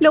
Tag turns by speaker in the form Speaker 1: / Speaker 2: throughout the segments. Speaker 1: Lo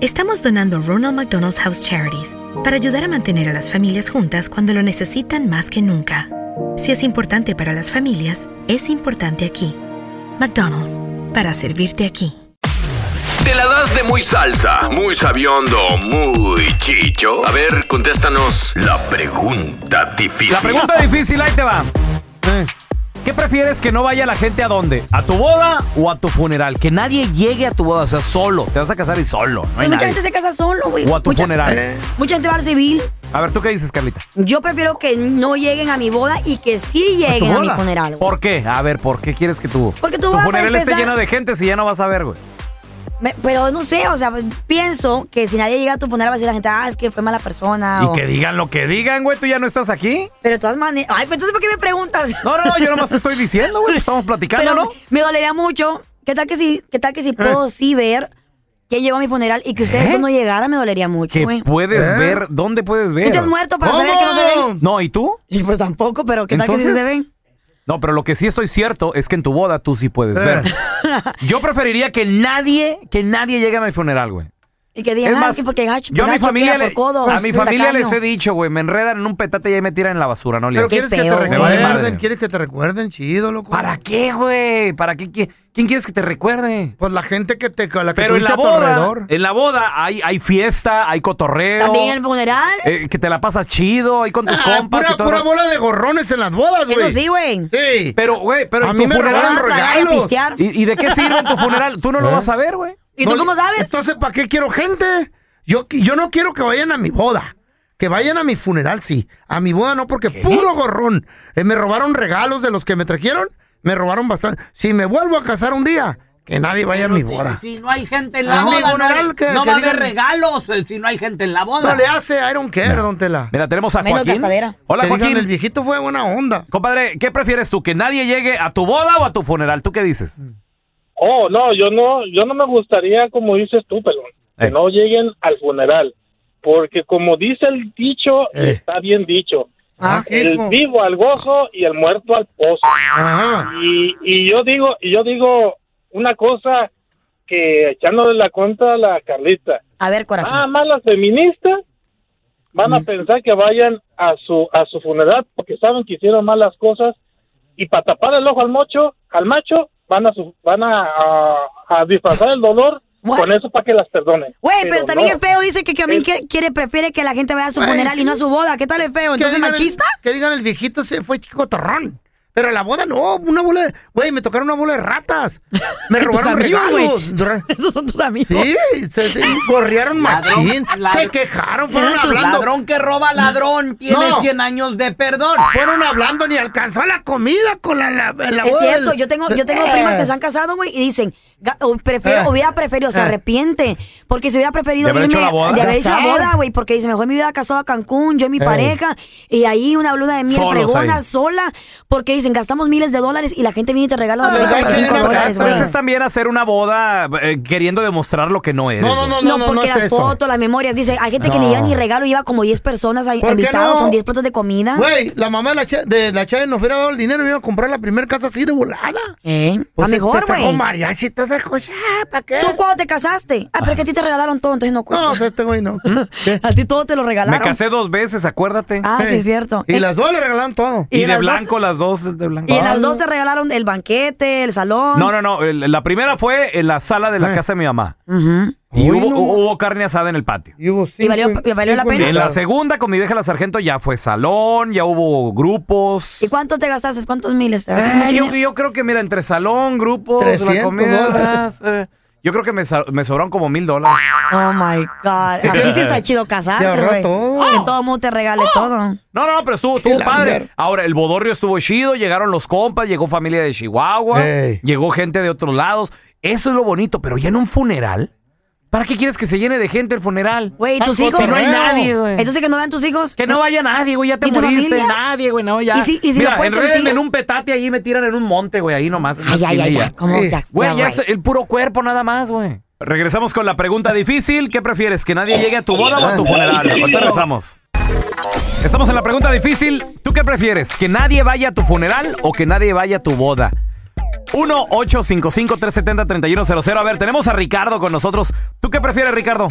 Speaker 2: estamos donando Ronald McDonald's House Charities para ayudar a mantener a las familias juntas cuando lo necesitan más que nunca. Si es importante para las familias, es importante aquí. McDonald's, para servirte aquí.
Speaker 3: ¿Te la das de muy salsa, muy sabiondo, muy chicho? A ver, contéstanos la pregunta difícil.
Speaker 4: La pregunta difícil, ahí te va.
Speaker 5: Eh.
Speaker 4: ¿Qué prefieres que no vaya la gente a dónde? ¿A tu boda o a tu funeral? Que nadie llegue a tu boda, o sea, solo. Te vas a casar y solo. No hay
Speaker 6: mucha
Speaker 4: nadie.
Speaker 6: gente se casa solo, güey.
Speaker 4: O a tu
Speaker 6: mucha,
Speaker 4: funeral.
Speaker 6: mucha gente va al civil.
Speaker 4: A ver, ¿tú qué dices, Carlita?
Speaker 6: Yo prefiero que no lleguen a mi boda y que sí lleguen a, mi
Speaker 4: boda?
Speaker 6: funeral. güey.
Speaker 4: ¿Por qué? A ver, ¿por qué quieres que tu,
Speaker 6: Porque tu
Speaker 4: tu
Speaker 6: boda va a
Speaker 4: funeral esté
Speaker 6: empezar-
Speaker 4: lleno de gente si ya no vas a ver, güey?
Speaker 6: Me- pero no sé, o sea, pienso que si nadie llega a tu funeral va a decir la gente, ah, es que fue mala persona. o-
Speaker 4: Y que digan lo que digan, güey. ¿Tú ya no estás aquí?
Speaker 6: Pero de todas maneras. Ay, pues entonces, ¿por qué me preguntas?
Speaker 4: No, no, no, yo nomás te estoy diciendo, güey. Estamos platicando,
Speaker 6: pero
Speaker 4: ¿no?
Speaker 6: me dolería mucho. ¿Qué tal que si, qué tal que si puedo sí ver quién llegó a mi funeral y que ustedes
Speaker 4: ¿Eh?
Speaker 6: dos no llegaran? Me dolería mucho,
Speaker 4: Que
Speaker 6: güey. Tú
Speaker 4: puedes
Speaker 5: ¿Eh?
Speaker 4: ver, ¿dónde puedes ver?
Speaker 6: estás muerto para saber que no se ven.
Speaker 4: No, ¿y tú?
Speaker 6: Y pues tampoco, pero ¿qué tal que sí
Speaker 4: Entonces-
Speaker 6: se ven?
Speaker 4: No, pero lo que sí estoy cierto es que en tu boda tú sí puedes
Speaker 5: Eh.
Speaker 4: ver. Yo preferiría que nadie, que nadie llegue a mi funeral, güey.
Speaker 6: Y que digan,
Speaker 4: Es
Speaker 6: ah,
Speaker 4: más,
Speaker 6: es que porque gacho,
Speaker 4: yo a mi
Speaker 6: gacho,
Speaker 4: familia,
Speaker 6: tira
Speaker 4: le-
Speaker 6: por codo,
Speaker 4: a mi
Speaker 6: eres
Speaker 4: familia les
Speaker 6: tacaño.
Speaker 4: he dicho, güey, me enredan en un petate y ahí me tiran en la basura, no le
Speaker 5: Pero
Speaker 6: Qué
Speaker 5: quieres que
Speaker 6: feo,
Speaker 5: te
Speaker 6: güey.
Speaker 4: Me vale
Speaker 5: recuerden,
Speaker 4: madre.
Speaker 5: quieres que te recuerden, chido, loco.
Speaker 4: ¿Para qué, güey? ¿Para qué? qui- ¿Quién quieres que te recuerde?
Speaker 5: Pues la gente que te la que
Speaker 4: Pero en
Speaker 5: tuviste
Speaker 4: la
Speaker 5: a tu
Speaker 4: boda,
Speaker 5: alrededor.
Speaker 4: en la boda hay, hay fiesta, hay cotorreo.
Speaker 6: También en el funeral.
Speaker 4: eh, que te la pasas chido, ahí con tus
Speaker 5: Ah,
Speaker 4: compas y
Speaker 5: pura,
Speaker 4: todo.
Speaker 5: pura bola de gorrones en las bodas, güey.
Speaker 6: Eso sí, güey.
Speaker 5: Sí.
Speaker 4: Pero, güey, pero
Speaker 5: A
Speaker 4: en
Speaker 5: mí
Speaker 4: tu
Speaker 5: me
Speaker 4: funeral...
Speaker 6: Vas a
Speaker 5: regalan
Speaker 6: tragar y
Speaker 5: regalos.
Speaker 6: pistear. ¿Y,
Speaker 4: ¿Y, y de qué sirve en tu funeral? Tú no lo
Speaker 5: ¿Eh?
Speaker 4: vas a ver, güey.
Speaker 6: tú
Speaker 5: No,
Speaker 6: cómo sabes?
Speaker 5: Entonces, ¿para qué quiero gente? Yo, yo no quiero que vayan a mi boda. Que vayan a mi funeral, sí. A mi boda no, porque puro gorrón. Eh, me robaron regalos de los que me trajeron. Me robaron bastante. Si me vuelvo a casar un día, que nadie vaya a mi boda.
Speaker 7: Si no hay gente en
Speaker 5: Ah,
Speaker 7: la
Speaker 5: mi
Speaker 7: boda, no,
Speaker 5: funeral,
Speaker 7: hay-
Speaker 5: que-
Speaker 7: no
Speaker 5: que
Speaker 7: va a
Speaker 5: digan-
Speaker 7: haber regalos eh, si no hay gente en la
Speaker 5: No
Speaker 7: boda.
Speaker 5: le hace, I don't care, don Tela.
Speaker 4: Mira, tenemos a
Speaker 6: Menos
Speaker 4: Joaquín.
Speaker 6: gastadera.
Speaker 4: Hola,
Speaker 5: Que digan,
Speaker 4: Joaquín.
Speaker 5: el viejito fue buena onda.
Speaker 4: Compadre, ¿qué prefieres tú? ¿Que nadie llegue a tu boda o a tu funeral? ¿Tú qué dices?
Speaker 6: Mm.
Speaker 8: Oh, no, yo no, yo no me gustaría, como dices tú, pelón, que
Speaker 4: Eh.
Speaker 8: no lleguen al funeral, porque como dice el dicho,
Speaker 5: Eh.
Speaker 8: está bien dicho,
Speaker 5: Ah,
Speaker 8: el
Speaker 5: hijo.
Speaker 8: vivo al gozo y el muerto al pozo.
Speaker 5: Ajá.
Speaker 8: Y, y yo digo, y yo digo una cosa que echándole la contra a la Carlita,
Speaker 6: Ah, A ver, corazón.
Speaker 5: Ah,
Speaker 8: nada más las feministas Ah, van a pensar que vayan a su a su funeral porque saben que hicieron malas cosas y para tapar el ojo al mocho, al macho, van a su- van a, a- a disfrazar el dolor
Speaker 6: What?
Speaker 8: con eso para que las perdonen.
Speaker 6: Güey, pero también
Speaker 8: no.
Speaker 6: el feo dice que, que también que- quiere, prefiere que la gente vaya a su
Speaker 5: Güey,
Speaker 6: funeral
Speaker 5: sí.
Speaker 6: y no a su boda. ¿Qué tal el feo?
Speaker 5: Que
Speaker 6: ¿Entonces
Speaker 5: digan el-
Speaker 6: machista?
Speaker 5: Que digan el viejito se fue chico torrón. Pero a la boda no, una bola de... Güey, me tocaron una bola de ratas. Me
Speaker 6: Tus
Speaker 5: robaron
Speaker 6: amigos,
Speaker 5: regalos.
Speaker 6: Esos son tus amigos.
Speaker 5: Sí, se, se gorrearon
Speaker 7: Ladrón,
Speaker 5: machín.
Speaker 7: ladrón.
Speaker 5: se quejaron, fueron hablando.
Speaker 7: Ladrón que roba ladrón tiene
Speaker 5: No.
Speaker 7: 100 años de perdón.
Speaker 5: Fueron hablando, ni alcanzó la comida con la, la, la
Speaker 6: Es
Speaker 5: boda
Speaker 6: cierto,
Speaker 5: del-
Speaker 6: yo tengo, yo tengo
Speaker 5: Eh.
Speaker 6: primas que se han casado, güey, y dicen, ga- o prefiero-
Speaker 5: Eh.
Speaker 6: hubiera preferido, se
Speaker 5: Eh.
Speaker 6: arrepiente. Porque si hubiera preferido
Speaker 4: ¿De haber
Speaker 6: irme
Speaker 4: hecho la boda?
Speaker 6: de haber hecho la
Speaker 5: Casar.
Speaker 6: boda, güey, porque dice, mejor me hubiera casado a Cancún, yo y mi
Speaker 5: Ey.
Speaker 6: pareja, y ahí una luna de miel
Speaker 4: Solos
Speaker 6: fregona,
Speaker 4: ahí.
Speaker 6: sola, porque dicen, gastamos miles de dólares y la gente viene y te regala
Speaker 5: Ah,
Speaker 6: ahorita
Speaker 5: hay que
Speaker 6: 25
Speaker 5: ir a
Speaker 6: dólares,
Speaker 4: A
Speaker 5: casa,
Speaker 6: güey.
Speaker 4: veces también hacer una boda eh, queriendo demostrar lo que no eres.
Speaker 5: No, no,
Speaker 4: güey.
Speaker 5: no,
Speaker 6: No,
Speaker 5: no, no,
Speaker 6: porque
Speaker 5: no es
Speaker 6: las
Speaker 5: eso.
Speaker 6: fotos, las memorias, dice, hay gente que ni
Speaker 5: No.
Speaker 6: lleva ni regalo, lleva como 10 personas ahí
Speaker 5: ¿Por qué
Speaker 6: invitados,
Speaker 5: no?
Speaker 6: son 10 platos de comida.
Speaker 5: Güey, la mamá de la, Cha- de la Chávez nos hubiera dado el dinero y iba a comprar la primera casa así de volada.
Speaker 6: ¿Eh?
Speaker 5: Pues
Speaker 6: a
Speaker 5: te-
Speaker 6: mejor,
Speaker 5: te trajo
Speaker 6: güey.
Speaker 5: mariachi y todas esas cosas. ¿Para qué?
Speaker 6: ¿Tú cuándo te casaste? Ah, pero es que a ti te regalaron todo, entonces no cuenta.
Speaker 5: No, o sea, este güey no.
Speaker 6: ¿Mm?
Speaker 5: ¿Qué?
Speaker 6: A ti todo te lo regalaron.
Speaker 4: Me casé dos veces, acuérdate.
Speaker 6: Ah, sí,
Speaker 5: Ey.
Speaker 6: es cierto.
Speaker 5: Y
Speaker 6: Eh,
Speaker 5: las dos le regalaron todo.
Speaker 4: y,
Speaker 6: y
Speaker 4: de
Speaker 6: las dos-
Speaker 4: blanco, las dos de blanco.
Speaker 6: y en las dos te regalaron el banquete, el salón.
Speaker 4: No, no, no. el- la primera fue en la sala de la
Speaker 5: Eh.
Speaker 4: casa de mi mamá.
Speaker 6: Ujú.
Speaker 4: Y
Speaker 5: Uy,
Speaker 4: hubo,
Speaker 5: no.
Speaker 4: hubo carne asada en el patio.
Speaker 5: Y hubo cinco-
Speaker 6: valió- y valió la
Speaker 5: cinco
Speaker 6: pena?
Speaker 4: En la
Speaker 5: invitados.
Speaker 4: segunda, con mi vieja la sargento, ya fue salón, ya hubo grupos.
Speaker 6: ¿Y cuánto te gastaste? ¿Cuántos miles? ¿Te
Speaker 4: Eh,
Speaker 6: gastaste mucho
Speaker 4: yo,
Speaker 6: dinero?
Speaker 4: yo creo que, mira, entre salón, grupos,
Speaker 5: 300
Speaker 4: la comida.
Speaker 5: dólares.
Speaker 4: eh, yo creo que me, sa- me sobraron como mil dólares.
Speaker 6: Oh my God. Así sí está chido
Speaker 5: Te
Speaker 6: casarse,
Speaker 5: ahorró
Speaker 6: güey.
Speaker 5: todo.
Speaker 6: Que todo el mundo te regale todo.
Speaker 4: No, no, pero estuvo, estuvo
Speaker 5: Qué
Speaker 4: padre.
Speaker 5: lángaro.
Speaker 4: Ahora, el bodorrio estuvo chido, llegaron los compas, llegó familia de Chihuahua,
Speaker 5: Ey.
Speaker 4: llegó gente de otros lados. Eso es lo bonito, pero ya en un funeral. ¿Para qué quieres que se llene de gente el funeral?
Speaker 6: Güey, ¿y tus
Speaker 5: Ah, pues,
Speaker 6: hijos?
Speaker 4: si no hay nadie, güey.
Speaker 6: Entonces que no vean tus hijos.
Speaker 4: Que no vaya nadie, güey, ya te
Speaker 6: ¿Y tu
Speaker 4: moriste,
Speaker 6: familia?
Speaker 4: nadie, güey, no, ya.
Speaker 6: ¿Y si- y si
Speaker 4: Mira,
Speaker 6: lo puedes
Speaker 4: enrédenme
Speaker 6: sentir?
Speaker 4: en un petate ahí, me tiran en un monte, güey, ahí nomás. en una
Speaker 6: Ay, ay, ay,
Speaker 4: esquinilla.
Speaker 6: ya. ¿Cómo?
Speaker 5: Sí.
Speaker 6: Ya,
Speaker 4: Güey, ya
Speaker 6: ya,
Speaker 4: es el puro cuerpo nada más, güey. Regresamos con la pregunta difícil. ¿Qué prefieres? ¿Que nadie llegue a tu boda o a tu funeral? Ahorita regresamos. Estamos en la pregunta difícil. ¿Tú qué prefieres? ¿Que nadie vaya a tu funeral o que nadie vaya a tu boda? 1-855-370-3100. A ver, tenemos a Ricardo con nosotros. ¿Tú qué prefieres, Ricardo?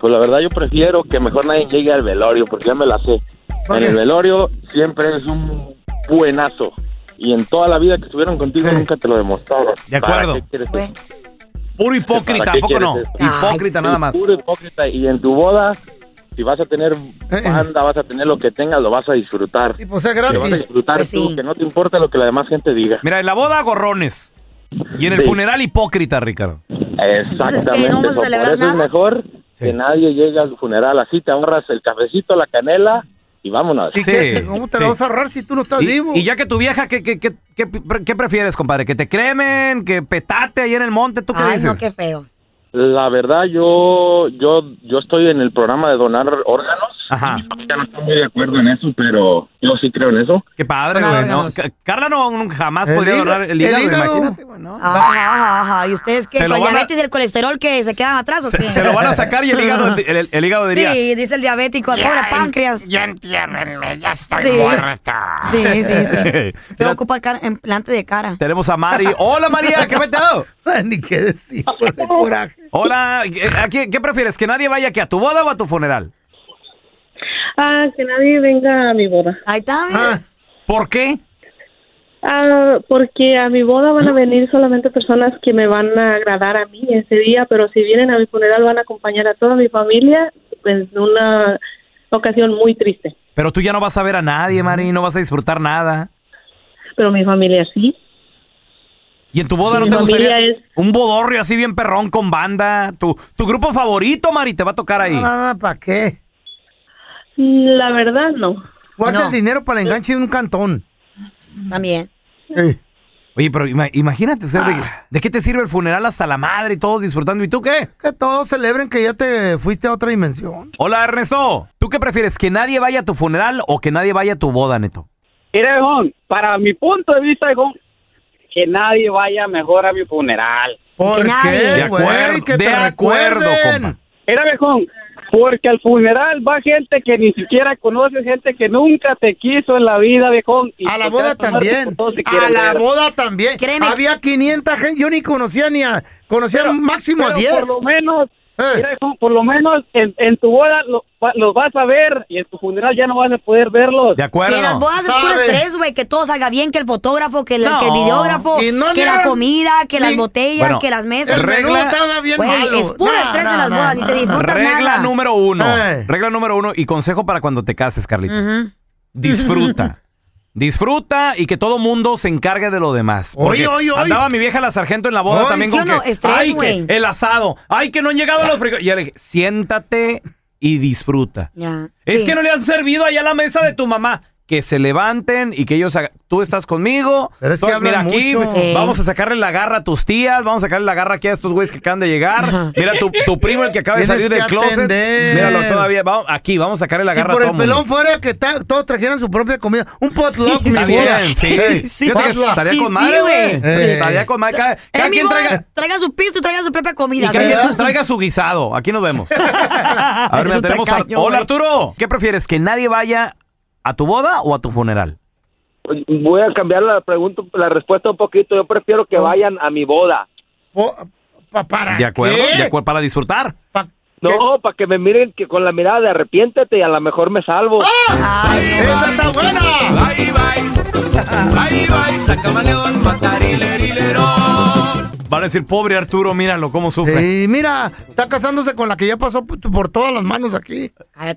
Speaker 8: Pues la verdad yo prefiero que mejor nadie llegue al velorio, porque ya me la sé.
Speaker 5: ¿Por
Speaker 8: En
Speaker 5: qué?
Speaker 8: el velorio siempre es un buenazo. Y en toda la vida que estuvieron contigo
Speaker 5: Sí.
Speaker 8: nunca te lo demostraron.
Speaker 4: De
Speaker 8: ¿Para
Speaker 4: acuerdo.
Speaker 8: qué quieres
Speaker 6: Güey.
Speaker 8: eso?
Speaker 4: Puro hipócrita,
Speaker 8: ¿Para
Speaker 4: ¿a
Speaker 8: qué
Speaker 4: poco no?
Speaker 8: quieres
Speaker 6: eso?
Speaker 4: Hipócrita nada
Speaker 8: Eres
Speaker 4: más.
Speaker 8: puro hipócrita. Y en tu boda, si vas a tener
Speaker 4: Eh.
Speaker 8: banda, vas a tener lo que tengas, lo vas a disfrutar.
Speaker 5: Y pues es
Speaker 8: Lo vas a
Speaker 5: gratis.
Speaker 8: disfrutar
Speaker 6: Pues
Speaker 8: tú,
Speaker 6: sí.
Speaker 8: que no te importa lo que la demás gente diga.
Speaker 4: Mira, en la boda gorrones. Y en el
Speaker 8: Sí.
Speaker 4: funeral hipócrita, Ricardo.
Speaker 8: Exactamente.
Speaker 6: Entonces, ¿qué? Pues ¿No vamos a
Speaker 8: eso. Por
Speaker 6: celebrar
Speaker 8: eso es
Speaker 6: nada?
Speaker 8: mejor que nadie llegue al funeral. Así te ahorras el cafecito, la canela y vámonos.
Speaker 5: ¿Y
Speaker 4: Sí,
Speaker 5: qué? ¿Cómo te
Speaker 4: sí.
Speaker 5: la vas a ahorrar si tú no estás
Speaker 4: Y,
Speaker 5: vivo?
Speaker 4: y ya que tu vieja, ¿qué, qué, qué, qué, qué prefieres, compadre? ¿Que te cremen? ¿Que petate ahí en el monte? ¿Tú qué
Speaker 6: Ay,
Speaker 4: dices?
Speaker 6: no, qué feo.
Speaker 8: La verdad, yo, yo, yo estoy en el programa de donar órganos.
Speaker 4: Ajá.
Speaker 8: Ya no estoy muy de acuerdo en eso, pero yo sí creo en eso.
Speaker 4: Qué padre,
Speaker 6: Donar
Speaker 4: güey. ¿no?
Speaker 6: órganos.
Speaker 4: Ca- Carla no nunca jamás
Speaker 5: El
Speaker 4: podría
Speaker 5: hígado-
Speaker 4: donar el
Speaker 5: el
Speaker 4: hígado,
Speaker 5: hígado.
Speaker 4: imagínate, güey, ¿no?
Speaker 6: Ajá, ajá, ajá. ¿Y ustedes qué?
Speaker 4: Se lo
Speaker 6: ¿Con
Speaker 4: van a-
Speaker 6: diabetes y el colesterol que se quedan atrás o qué?
Speaker 4: Se lo van a sacar y el hígado, el, el- el hígado diría.
Speaker 6: Sí, dice el diabético, el pobre páncreas.
Speaker 9: Ya entiérrenme, ya estoy
Speaker 6: Sí.
Speaker 9: muerto.
Speaker 6: Sí, sí, sí. Pero
Speaker 4: Mira,
Speaker 6: ocupa cara, implante de cara.
Speaker 4: tenemos a Mari. Hola, María, ¿qué petado?
Speaker 5: Ni qué decir, por el coraje.
Speaker 4: Hola, eh, ¿a qué, qué prefieres? ¿Que nadie vaya que a tu boda o a tu funeral?
Speaker 10: Ah, que nadie venga a mi boda.
Speaker 6: Ahí está, ¿ves?
Speaker 5: Ah,
Speaker 4: ¿Por qué?
Speaker 10: Ah, porque a mi boda van a venir solamente personas que me van a agradar a mí ese día, pero si vienen a mi funeral van a acompañar a toda mi familia en una ocasión muy triste.
Speaker 4: Pero tú ya no vas a ver a nadie, Mari, no vas a disfrutar nada.
Speaker 10: Pero mi familia sí.
Speaker 4: ¿Y en tu boda no
Speaker 10: Mi
Speaker 4: te gustaría
Speaker 10: familia es-
Speaker 4: un bodorrio así bien perrón con banda? ¿Tu, tu grupo favorito, Mari, te va a tocar ahí?
Speaker 6: Ah.
Speaker 5: ¿para ah, qué?
Speaker 10: Mm, La verdad, no.
Speaker 5: Guarda
Speaker 6: No.
Speaker 5: el dinero para el enganche de un cantón.
Speaker 6: También.
Speaker 5: Eh,
Speaker 4: Oye, pero ima- imagínate, o sea, de,
Speaker 6: Ah.
Speaker 4: de qué te sirve el funeral hasta la madre y todos disfrutando? ¿Y tú qué?
Speaker 5: que todos celebren que ya te fuiste a otra dimensión.
Speaker 4: Hola, Ernesto. ¿Tú qué prefieres, que nadie vaya a tu funeral o que nadie vaya a tu boda, Neto?
Speaker 9: Mira, viejón, para mi punto de vista, viejón, que nadie vaya mejor a mi funeral.
Speaker 5: ¿Por
Speaker 6: nadie.
Speaker 4: De
Speaker 5: qué, güey?
Speaker 4: acuerdo,
Speaker 5: Que te
Speaker 4: de acuerdo,
Speaker 5: recuerden.
Speaker 4: compa.
Speaker 9: Mira, viejón, porque al funeral va gente que ni siquiera conoce, gente que nunca te quiso en la vida, viejón. y
Speaker 5: A la
Speaker 9: pues,
Speaker 5: boda
Speaker 9: tratas muerte
Speaker 5: también.
Speaker 9: con todos si
Speaker 5: A
Speaker 9: quieren
Speaker 5: la
Speaker 9: ver.
Speaker 5: boda también.
Speaker 6: Créeme.
Speaker 5: Había 500 gente. Yo ni conocía ni a. Conocía máximo a
Speaker 9: Pero
Speaker 5: 10.
Speaker 9: Por lo menos,
Speaker 5: Eh.
Speaker 9: mira, hijo, por lo menos en, en tu boda lo- va- los vas a ver y en tu funeral ya no vas a poder verlos.
Speaker 4: De
Speaker 6: Y en las
Speaker 4: acuerdo.
Speaker 6: bodas es puro
Speaker 5: Sabe.
Speaker 6: estrés, güey, que todo salga bien, que el fotógrafo, que el,
Speaker 4: No.
Speaker 6: que el videógrafo,
Speaker 5: Y no
Speaker 6: que la
Speaker 5: llegan
Speaker 6: comida, que las
Speaker 5: ni-
Speaker 6: botellas,
Speaker 4: Bueno,
Speaker 6: que las mesas.
Speaker 5: El menú
Speaker 4: regla-
Speaker 5: estaba bien
Speaker 6: Güey,
Speaker 5: malo.
Speaker 6: es puro estrés en las bodas, ni te disfrutas
Speaker 4: Regla
Speaker 6: nada.
Speaker 4: número uno.
Speaker 5: Eh.
Speaker 4: Regla número uno y consejo para cuando te cases, Carlita.
Speaker 6: Ujú.
Speaker 4: Disfruta. Disfruta y que todo mundo se encargue de lo demás.
Speaker 5: Oye,
Speaker 4: Porque
Speaker 5: oye, oye.
Speaker 4: Andaba mi vieja la sargento en la boda
Speaker 5: Oye.
Speaker 4: también
Speaker 6: ¿Sí
Speaker 4: con
Speaker 6: o no?
Speaker 4: que,
Speaker 6: Estrés,
Speaker 4: ay, que
Speaker 6: güey.
Speaker 4: el asado, ay, que no han llegado los frijoles. Y Ya le dije, siéntate y disfruta.
Speaker 6: Ya.
Speaker 4: Es
Speaker 6: Sí.
Speaker 4: que no le han servido allá a la mesa de tu mamá. que se levanten y que ellos haga- tú estás conmigo.
Speaker 5: Pero es que
Speaker 4: Tú- mira
Speaker 5: hablan
Speaker 4: aquí,
Speaker 5: mucho.
Speaker 4: pues,
Speaker 5: Sí.
Speaker 4: vamos a sacarle la garra a tus tías, vamos a sacarle la garra aquí a estos güeyes que acaban de llegar. Mira tu, tu primo el que acaba de
Speaker 5: Tienes
Speaker 4: salir
Speaker 5: que
Speaker 4: del closet.
Speaker 5: atender.
Speaker 4: Míralo todavía, vamos, aquí vamos a sacarle la
Speaker 5: Si
Speaker 4: garra
Speaker 5: por
Speaker 4: a todo
Speaker 5: el pelón
Speaker 4: mundo.
Speaker 5: fuera que ta- todos trajeran su propia comida. Un potluck.
Speaker 4: Está
Speaker 5: mi boda.
Speaker 4: bien, sí.
Speaker 5: Ey,
Speaker 4: Fíjate que
Speaker 5: potluck.
Speaker 4: estaría con madre, güey.
Speaker 5: Eh.
Speaker 4: Estaría con madre. Cada, cada
Speaker 6: En mi
Speaker 4: quien
Speaker 6: boda,
Speaker 4: traiga,
Speaker 6: traigan su piso y traigan su propia
Speaker 4: y
Speaker 6: comida.
Speaker 4: cada quien traiga su guisado. Aquí nos vemos. A ver, mira,
Speaker 6: Eres un
Speaker 4: tenemos a-
Speaker 6: tacaño,
Speaker 4: Hola,
Speaker 6: güey.
Speaker 4: Arturo. ¿Qué prefieres, que nadie vaya a tu boda o a tu funeral?
Speaker 9: Pues, Voy a cambiar la pregunta, la respuesta un poquito. Yo prefiero que vayan a mi boda.
Speaker 4: ¿De acuerdo?
Speaker 9: qué?
Speaker 4: ¿De acuerdo? Para disfrutar.
Speaker 9: No, para que me miren que con la mirada de arrepiéntete y a lo mejor me salvo.
Speaker 5: ¡Esa está buena!
Speaker 3: Bye, bye. Bye, bye. Sacamaleón, matarilerilero.
Speaker 4: Van a decir, pobre Arturo, míralo, cómo sufre.
Speaker 5: Sí, mira, está casándose con la que ya pasó p- por todas las manos aquí.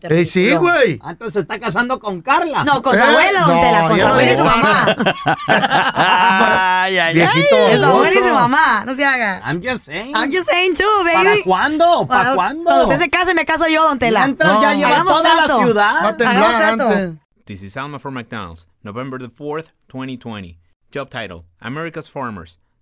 Speaker 5: Eh, sí, güey.
Speaker 7: Ah, entonces se está casando con Carla.
Speaker 6: No, con su abuela, don Tela, con su abuela y su mamá.
Speaker 4: Ay, ay,
Speaker 6: Es su abuela y su mamá, no se haga.
Speaker 7: I'm just saying.
Speaker 6: I'm just saying too, baby.
Speaker 7: ¿Para cuándo? ¿Para
Speaker 6: Bueno,
Speaker 7: cuándo?
Speaker 6: Cuando usted se case, me caso yo, don Tela.
Speaker 7: Mientras ya lleva
Speaker 6: Hagamos
Speaker 7: toda la
Speaker 6: trato.
Speaker 7: ciudad. Va a temblar
Speaker 6: Hagamos trato.
Speaker 7: antes.
Speaker 11: This is Alma from McDonald's, November the 4th, 2020. Job title America's Farmers,